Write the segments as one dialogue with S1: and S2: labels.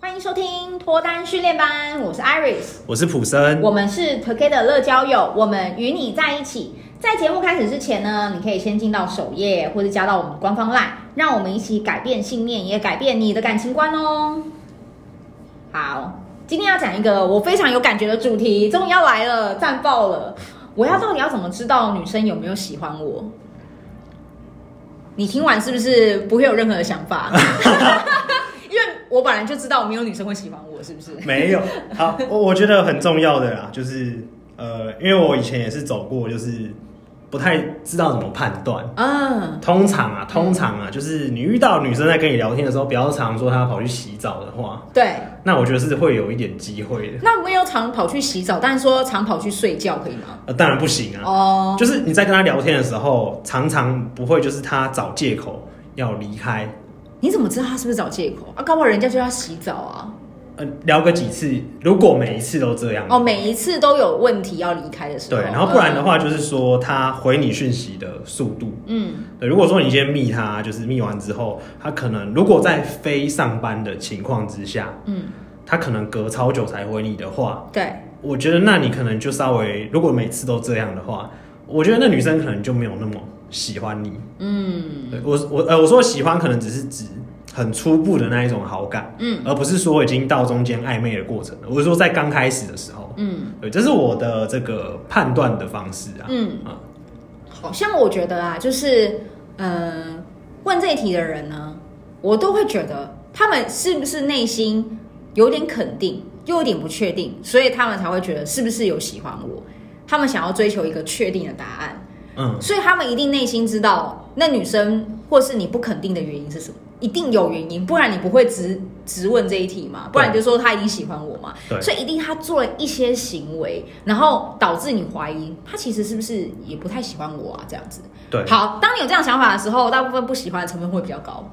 S1: 欢迎收听脱单训练班，我是 Iris，
S2: 我是普森，
S1: 我们是 TK 的乐交友，我们与你在一起。在节目开始之前呢，你可以先进到首页或者加到我们官方 LINE，让我们一起改变信念，也改变你的感情观哦。好，今天要讲一个我非常有感觉的主题，终于要来了，赞爆了！我要到底要怎么知道女生有没有喜欢我？你听完是不是不会有任何的想法？因为我本来就知道没有女生会喜欢我，是不是？
S2: 没有好，我我觉得很重要的啦，就是呃，因为我以前也是走过，就是不太知道怎么判断。
S1: 嗯，
S2: 通常啊，通常啊，就是你遇到女生在跟你聊天的时候，不要常说她跑去洗澡的话，
S1: 对。
S2: 那我觉得是会有一点机会的。
S1: 那没有常跑去洗澡，但是说常跑去睡觉可以吗？
S2: 呃，当然不行啊，
S1: 哦，
S2: 就是你在跟她聊天的时候，常常不会就是她找借口要离开，
S1: 你怎么知道他是不是找借口啊？搞不好人家就要洗澡啊！
S2: 呃，聊个几次，如果每一次都这样，
S1: 哦，每一次都有问题要离开的时候，
S2: 嗯对，然后不然的话就是说她回你讯息的速度。
S1: 嗯，
S2: 对，如果说你先密他，就是密完之后，他可能如果在非上班的情况之下，
S1: 嗯，
S2: 他可能隔超久才回你的话，
S1: 嗯，对，
S2: 我觉得那你可能就稍微，如果每次都这样的话，我觉得那女生可能就没有那么喜欢你。
S1: 嗯
S2: 对我我呃，我说喜欢可能只是指很初步的那一种好感，
S1: 嗯
S2: 而不是说已经到中间暧昧的过程了。我是说在刚开始的时候，
S1: 嗯
S2: 对，这是我的这个判断的方式啊。
S1: 嗯
S2: 啊，
S1: 好像我觉得啊，就是呃，问这一题的人呢，我都会觉得他们是不是内心有点肯定，又有点不确定，所以他们才会觉得是不是有喜欢我，他们想要追求一个确定的答案。
S2: 嗯，
S1: 所以他们一定内心知道那女生或是你不肯定的原因是什么，一定有原因，不然你不会直直问这一题嘛，不然你就说他已经喜欢我嘛，
S2: 对
S1: 所以一定他做了一些行为，然后导致你怀疑他其实是不是也不太喜欢我啊，这样子。
S2: 对，
S1: 好，当你有这样想法的时候，大部分不喜欢的成分会比较高。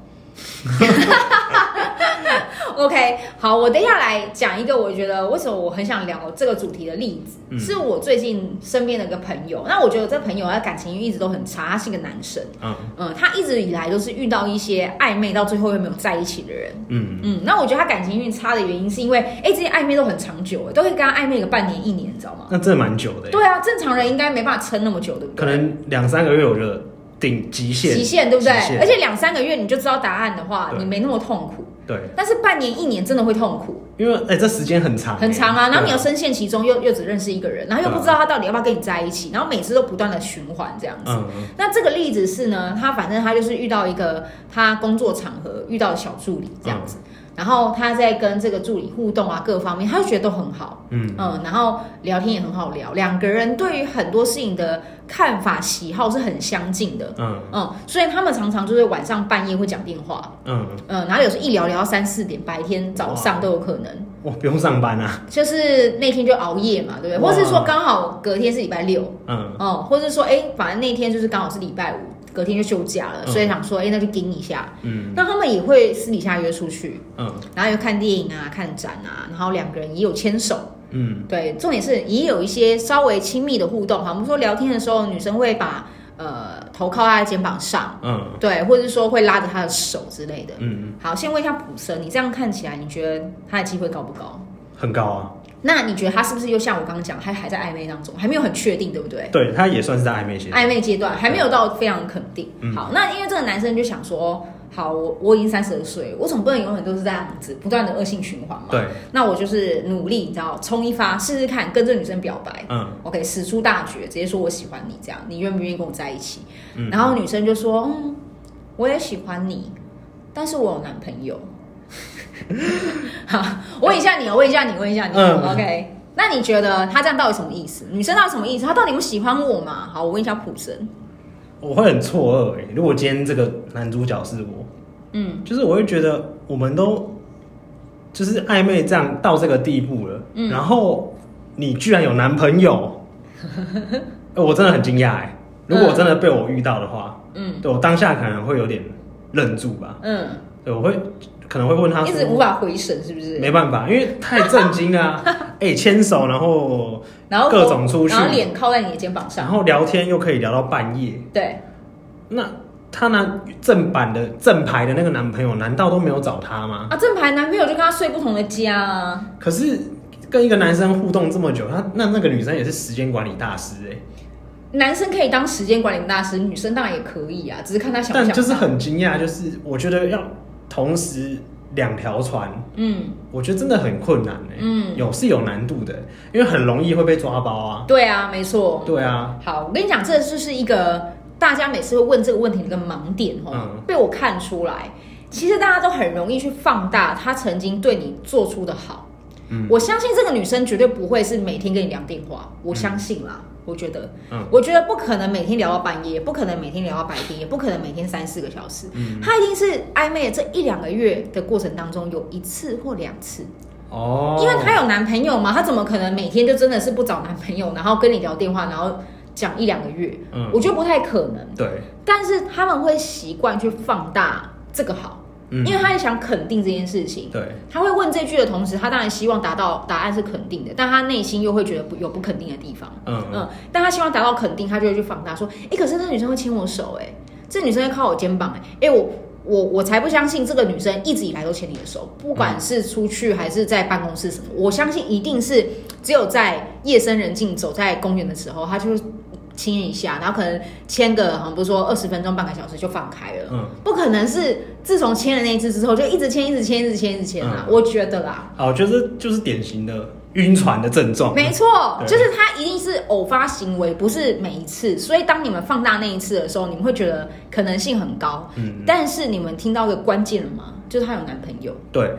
S1: OK，好，我等一下来讲一个我觉得为什么我很想聊这个主题的例子，
S2: 嗯
S1: 是我最近身边的一个朋友。那我觉得我这朋友他感情一直都很差，他是个男生，
S2: 嗯
S1: 嗯，他一直以来都是遇到一些暧昧，到最后又没有在一起的人。
S2: 嗯
S1: 嗯，那我觉得他感情运差的原因是因为，哎、这些暧昧都很长久，都会跟他暧昧个半年一年，你知道吗？
S2: 那真的蛮久的耶。
S1: 对啊，正常人应该没办法撑那么久，对不对？
S2: 可能两三个月，我觉得顶极限，
S1: 极限，对不对
S2: 极？限
S1: 而且两三个月你就知道答案的话，
S2: 对
S1: 你没那么痛苦。
S2: 对，
S1: 但是半年、一年真的会痛苦，
S2: 因为哎、这时间很长、
S1: 很长啊。然后你又
S2: 要
S1: 深陷其中，又又只认识一个人，然后又
S2: 嗯
S1: 不知道他到底要不要跟你在一起，然后每次都不断的循环这样子。
S2: 嗯嗯
S1: 那这个例子是呢，他反正他就是遇到一个他工作场合遇到的小助理这样子，
S2: 嗯
S1: 然后他在跟这个助理互动啊，各方面他就觉得都很好。
S2: 嗯
S1: 嗯，然后聊天也很好聊，两个人对于很多事情的看法、喜好是很相近的。
S2: 嗯
S1: 嗯，所以他们常常就是晚上半夜会讲电话，
S2: 嗯，
S1: 嗯，然后有时候一聊聊到三四点，白天早上
S2: 哇
S1: 都有可能，
S2: 我不用上班啊，
S1: 就是那天就熬夜嘛，对不对？
S2: 哇
S1: 或是说刚好隔天是礼拜六，
S2: 嗯
S1: 嗯，或是说哎，反正那天就是刚好是礼拜五，隔天就休假了，
S2: 嗯
S1: 所以想说哎，那就盯一下。
S2: 嗯
S1: 那他们也会私底下约出去，
S2: 嗯
S1: 然后又看电影啊、看展啊，然后两个人也有牵手，
S2: 嗯
S1: 对，重点是也有一些稍微亲密的互动哈。我们说聊天的时候，女生会把呃头靠在肩膀上。
S2: 嗯
S1: 对，或者是说会拉着他的手之类的。
S2: 嗯，
S1: 好，先问一下普生，你这样看起来，你觉得他的机会高不高？
S2: 很高啊，
S1: 那你觉得他是不是又像我刚刚讲，还还在暧昧当中，还没有很确定，对不对？
S2: 对他也算是在暧昧期，
S1: 暧昧阶段还没有到非常肯定。
S2: 嗯
S1: 好，那因为这个男生就想说，好，我我已经三十二岁了，我总不能永远都是这样子，不断的恶性循环嘛。
S2: 对，
S1: 那我就是努力，你知道，冲一发，试试看，跟这女生表白。
S2: 嗯
S1: OK，使出大绝，直接说我喜欢你，这样你愿不愿意跟我在一起？
S2: 嗯
S1: 然后女生就说，嗯，我也喜欢你，但是我有男朋友。 好，我问一下你哦，问一下你，问一下你。
S2: 嗯
S1: OK，那你觉得他这样到底什么意思？女生到底什么意思？她到底有没有喜欢我嘛？好，我问一下普生。
S2: 我会很错愕、欸，如果今天这个男主角是我，
S1: 嗯
S2: 就是我会觉得我们都就是暧昧这样到这个地步了，
S1: 嗯
S2: 然后你居然有男朋友，欸我真的很惊讶哎！如果真的被我遇到的话，
S1: 嗯
S2: 对我当下可能会有点愣住吧，
S1: 嗯，
S2: 对我会可能会问他
S1: 一直无
S2: 说，
S1: 法回神，是不是？
S2: 没办法，因为太震惊了、 啊，哎、牵手，然后
S1: 然后
S2: 各种出去
S1: 然后脸靠在你的肩膀
S2: 然
S1: 上。
S2: 嗯后聊天又可以聊到半夜，
S1: 对，
S2: 那她男正版的正牌的那个男朋友，难道都没有找她吗？
S1: 啊，正牌男朋友就跟他睡不同的家啊，
S2: 可是跟一个男生互动这么久，她那那个女生也是时间管理大师哎、
S1: 男生可以当时间管理大师，女生当然也可以啊，只是看他想不
S2: 但
S1: 想。
S2: 就是，很惊讶，就是我觉得要同时两条船，
S1: 嗯，
S2: 我觉得真的很困难哎、
S1: 嗯
S2: 有是有难度的、因为很容易会被抓包啊。
S1: 对啊，没错。
S2: 对啊，
S1: 好，我跟你讲，这就是一个大家每次会问这个问题的一个盲点哦，
S2: 嗯
S1: 被我看出来。其实大家都很容易去放大他曾经对你做出的好。
S2: 嗯
S1: 我相信这个女生绝对不会是每天跟你聊电话，我相信啦，我觉得，
S2: 嗯
S1: 我觉得不可能每天聊到半夜，不可能每天聊到白天，也不可能每天三四个小时。
S2: 嗯，
S1: 她一定是暧昧的这一两个月的过程当中有一次或两次，
S2: 哦，
S1: 因为她有男朋友嘛，她怎么可能每天就真的是不找男朋友，然后跟你聊电话，然后讲一两个月？
S2: 嗯
S1: 我觉得不太可能。
S2: 对，
S1: 但是他们会习惯去放大这个好，
S2: 嗯
S1: 因为他也想肯定这件事情。
S2: 对，
S1: 他会问这句的同时，他当然希望达到答案是肯定的，但他内心又会觉得不有不肯定的地方。
S2: 嗯嗯
S1: 嗯，但他希望达到肯定，他就会去放大说：“哎、可是这女生会牵我手、哎，这女生会靠我肩膀、哎，哎，我我我才不相信这个女生一直以来都牵你的手，不管是出去还是在办公室什么，我相信一定是只有在夜深人静走在公园的时候，她就亲一下，然后可能牵个好像不是说二十分钟半个小时就放开了，
S2: 嗯
S1: 不可能是自从牵了那一次之后就一直牵一直牵一直牵一直牵啊，
S2: 嗯
S1: 我觉得啦。”
S2: 好，就是就是典型的晕船的症状。
S1: 没错，
S2: 哦
S1: 就
S2: 对
S1: 是他一定是偶发行为，不是每一次。所以当你们放大那一次的时候，你们会觉得可能性很高。
S2: 嗯
S1: 但是你们听到一个关键了吗？就是她有男朋友。
S2: 对，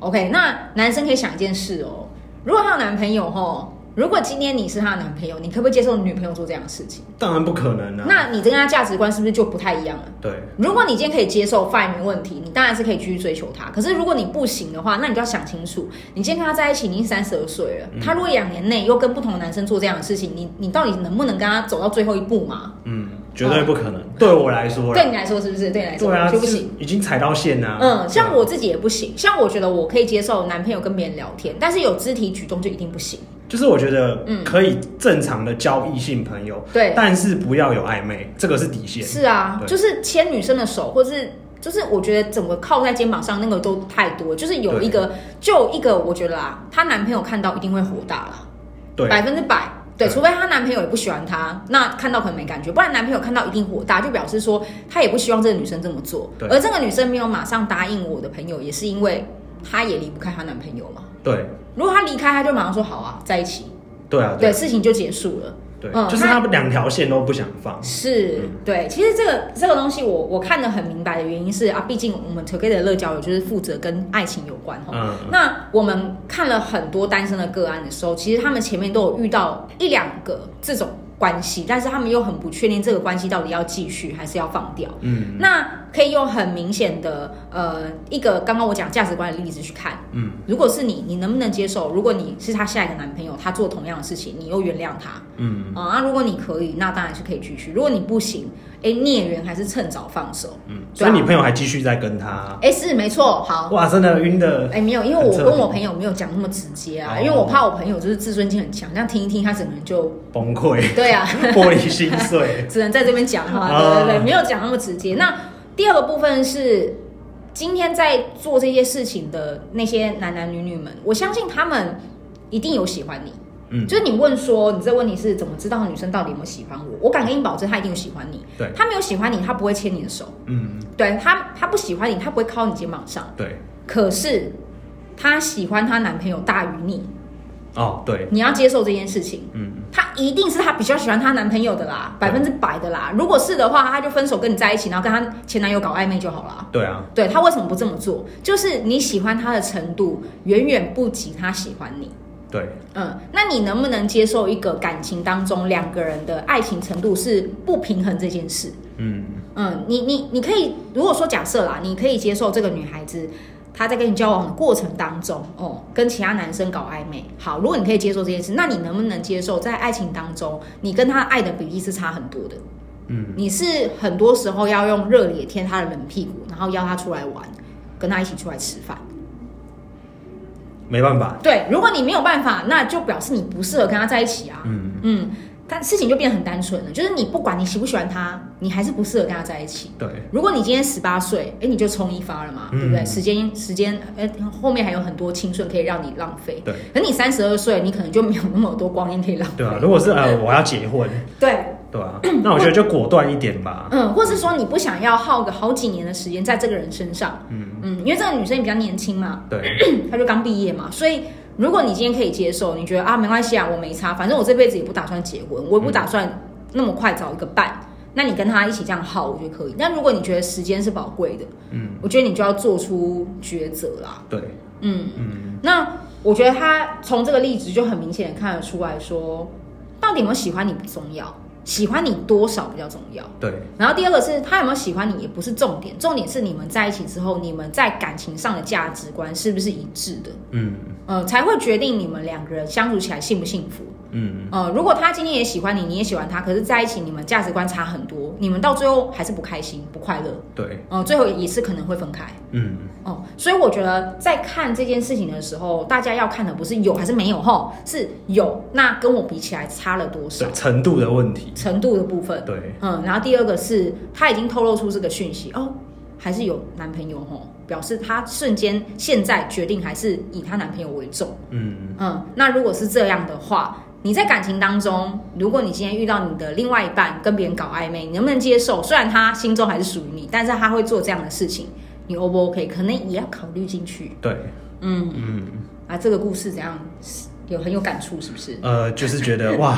S1: OK，那男生可以想一件事哦，如果她有男朋友吼，如果今天你是她的男朋友，你可不可以接受女朋友做这样的事情？
S2: 当然不可能啊。
S1: 那你跟她价值观是不是就不太一样了？
S2: 对，
S1: 如果你今天可以接受 fine 没问题，你当然是可以继续追求他。可是如果你不行的话，那你就要想清楚，你今天跟他在一起已经三十二岁
S2: 嗯
S1: 了，他如果两年内又跟不同的男生做这样的事情，你你到底能不能跟他走到最后一步嘛？
S2: 嗯，绝对不可能。对我来说啦，
S1: 对你来说是不是？对你来说
S2: 对啊，
S1: 就不
S2: 是
S1: 行。
S2: 已经踩到线啊啦。
S1: 嗯，像我自己也不行。像我觉得我可以接受男朋友跟别人聊天，但是有肢体举动就一定不行。
S2: 就是我觉得
S1: 嗯
S2: 可以正常的交异性朋友，
S1: 对，
S2: 但是不要有暧昧，这个是底线。
S1: 是啊，
S2: 对
S1: 就是牵女生的手，或是就是我觉得整个靠在肩膀上那个都太多，就是有一个就有一个，我觉得啦，她男朋友看到一定会火大啦，
S2: 对，
S1: 百分之百。对，
S2: 对
S1: 除非她男朋友也不喜欢她，那看到可能没感觉，不然男朋友看到一定火大，就表示说他也不希望这个女生这么做。
S2: 对
S1: 而这个女生没有马上答应我的朋友，也是因为她也离不开她男朋友嘛。
S2: 对，
S1: 如果她离开，她就马上说好啊，在一起，
S2: 对啊，
S1: 对，
S2: 对，
S1: 事情就结束了。
S2: 对，
S1: 嗯
S2: 就是他们两条线都不想放。
S1: 是对，其实这个这个东西我我看得很明白的原因是啊，毕竟我们 Together 乐交友就是负责跟爱情有关哈。
S2: 嗯，
S1: 那我们看了很多单身的个案的时候，其实他们前面都有遇到一两个这种关系，但是他们又很不确定这个关系到底要继续还是要放掉。
S2: 嗯
S1: 那可以用很明显的呃一个刚刚我讲价值观的例子去看，
S2: 嗯
S1: 如果是你，你能不能接受？如果你是她下一个男朋友，他做同样的事情，你又原谅他，
S2: 嗯
S1: 啊，那如果你可以，那当然是可以继续；如果你不行，哎、孽缘还是趁早放手。
S2: 嗯，所
S1: 啊
S2: 以你朋友还继续在跟他，
S1: 哎、是没错，好。
S2: 哇，真的晕
S1: 哎、
S2: 的，
S1: 没有，因为我
S2: 嗯很彻
S1: 跟我
S2: 底
S1: 朋友没有讲那么直接啊，
S2: 哦
S1: 因为我怕我朋友就是自尊心很强，这样听一听他整个人 就
S2: 崩溃，
S1: 对 啊，
S2: 玻璃心碎。
S1: 只能在这边讲哈，
S2: 哦
S1: 对对对，没有讲那么直接。那第二个部分是今天在做这些事情的那些男男女女们，我相信他们一定有喜欢你，
S2: 嗯，
S1: 就是你问说，你这问题是怎么知道女生到底有没有喜欢我？我敢跟你保证，她一定有喜欢你。
S2: 对
S1: 她没有喜欢你，她不会牵你的手。
S2: 嗯，
S1: 对她，她不喜欢你，她不会靠你肩膀上。
S2: 对，
S1: 可是她喜欢她男朋友大于你，
S2: 哦，对，
S1: 你要接受这件事情。
S2: 嗯，
S1: 她一定是她比较喜欢她男朋友的啦，
S2: 对
S1: 百分之百的啦。如果是的话，她就分手跟你在一起，然后跟她前男友搞暧昧就好啦。
S2: 对啊，
S1: 对她为什么不这么做？就是你喜欢她的程度远远不及她喜欢你。
S2: 对，
S1: 嗯，那你能不能接受一个感情当中两个人的爱情程度是不平衡这件事？
S2: 嗯
S1: 嗯，你你你可以，如果说假设啦，你可以接受这个女孩子她在跟你交往的过程当中，哦，跟其他男生搞暧昧。好，如果你可以接受这件事，那你能不能接受在爱情当中，你跟他爱的比例是差很多的？
S2: 嗯，
S1: 你是很多时候要用热脸贴他的冷屁股，然后邀他出来玩，跟他一起出来吃饭。
S2: 没办法，
S1: 对，如果你没有办法，那就表示你不适合跟他在一起啊。
S2: 嗯
S1: 嗯，但事情就变得很单纯了，就是你不管你喜不喜欢他，你还是不适合跟他在一起。
S2: 对，
S1: 如果你今天十八岁，哎，你就冲一发了嘛，
S2: 嗯
S1: 对不对？时间时间，哎，后面还有很多青春可以让你浪费。
S2: 对，
S1: 可你三十二岁，你可能就没有那么多光阴可以浪费。
S2: 对啊，如果是呃我要结婚，
S1: 对，
S2: 对啊，那我觉得就果断一点吧。
S1: 嗯，或是说你不想要耗个好几年的时间在这个人身上，
S2: 嗯，
S1: 嗯，因为这个女生也比较年轻嘛，
S2: 对，
S1: 她就刚毕业嘛，所以如果你今天可以接受，你觉得啊没关系啊，我没差，反正我这辈子也不打算结婚，我也不打算那么快找一个伴，那你跟他一起这样耗，我觉得可以。但如果你觉得时间是宝贵的，
S2: 嗯，
S1: 我觉得你就要做出抉择啦，
S2: 对，
S1: 嗯，
S2: 嗯，
S1: 那我觉得他从这个例子就很明显的看得出来说，到底有没有喜欢你不重要，喜欢你多少比较重要。
S2: 对，
S1: 然后第二个是他有没有喜欢你也不是重点，重点是你们在一起之后，你们在感情上的价值观是不是一致的，
S2: 嗯
S1: 呃，才会决定你们两个人相处起来幸不幸福。
S2: 嗯，
S1: 呃，如果他今天也喜欢你，你也喜欢他，可是在一起你们价值观差很多，你们到最后还是不开心、不快乐，
S2: 对，
S1: 呃，最后也是可能会分开。
S2: 嗯，
S1: 哦，所以我觉得在看这件事情的时候，大家要看的不是有还是没有，吼，是有，那跟我比起来差了多少
S2: 对，程度的问题，
S1: 程度的部分。
S2: 对，
S1: 嗯，然后第二个是她已经透露出这个讯息哦，还是有男朋友吼，表示她瞬间现在决定还是以她男朋友为重。
S2: 嗯
S1: 嗯，那如果是这样的话，你在感情当中，如果你今天遇到你的另外一半跟别人搞暧昧，你能不能接受？虽然他心中还是属于你，但是他会做这样的事情，你 O 不 OK？可能也要考虑进去。
S2: 对，
S1: 嗯，
S2: 嗯，
S1: 啊，这个故事怎样？有很有感触是不是？
S2: 呃，就是觉得哇，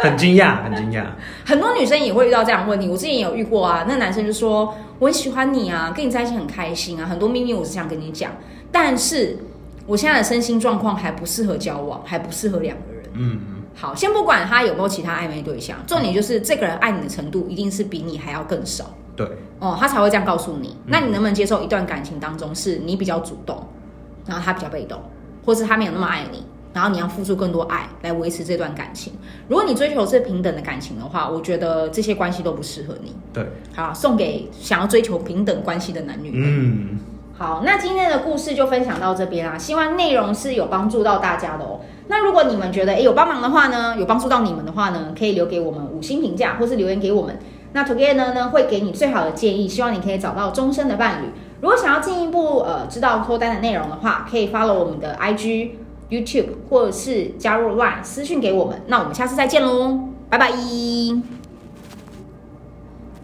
S2: 很惊讶，很惊讶，
S1: 很多女生也会遇到这样的问题，我之前也有遇过啊。那男生就说：“我很喜欢你啊，跟你在一起很开心啊，很多秘密我是想跟你讲，但是我现在的身心状况还不适合交往，还不适合两个人。
S2: 嗯，”
S1: 好，先不管他有没有其他暧昧对象，重点就是这个人爱你的程度一定是比你还要更少
S2: 对，
S1: 哦，他才会这样告诉你。那你能不能接受一段感情当中是你比较主动，然后他比较被动，或是他没有那么爱你，然后你要付出更多爱来维持这段感情？如果你追求是平等的感情的话，我觉得这些关系都不适合你。
S2: 对，
S1: 好，送给想要追求平等关系的男女们。
S2: 嗯，
S1: 好，那今天的故事就分享到这边啦，希望内容是有帮助到大家的哦。那如果你们觉得诶有帮忙的话呢，有帮助到你们的话呢，可以留给我们五星评价，或是留言给我们。那 Together 呢会给你最好的建议，希望你可以找到终身的伴侣。如果想要进一步呃知道脱单的内容的话，可以 follow 我们的 IG、YouTube 或者是加入 Line 私讯给我们。那我们下次再见喽，拜拜。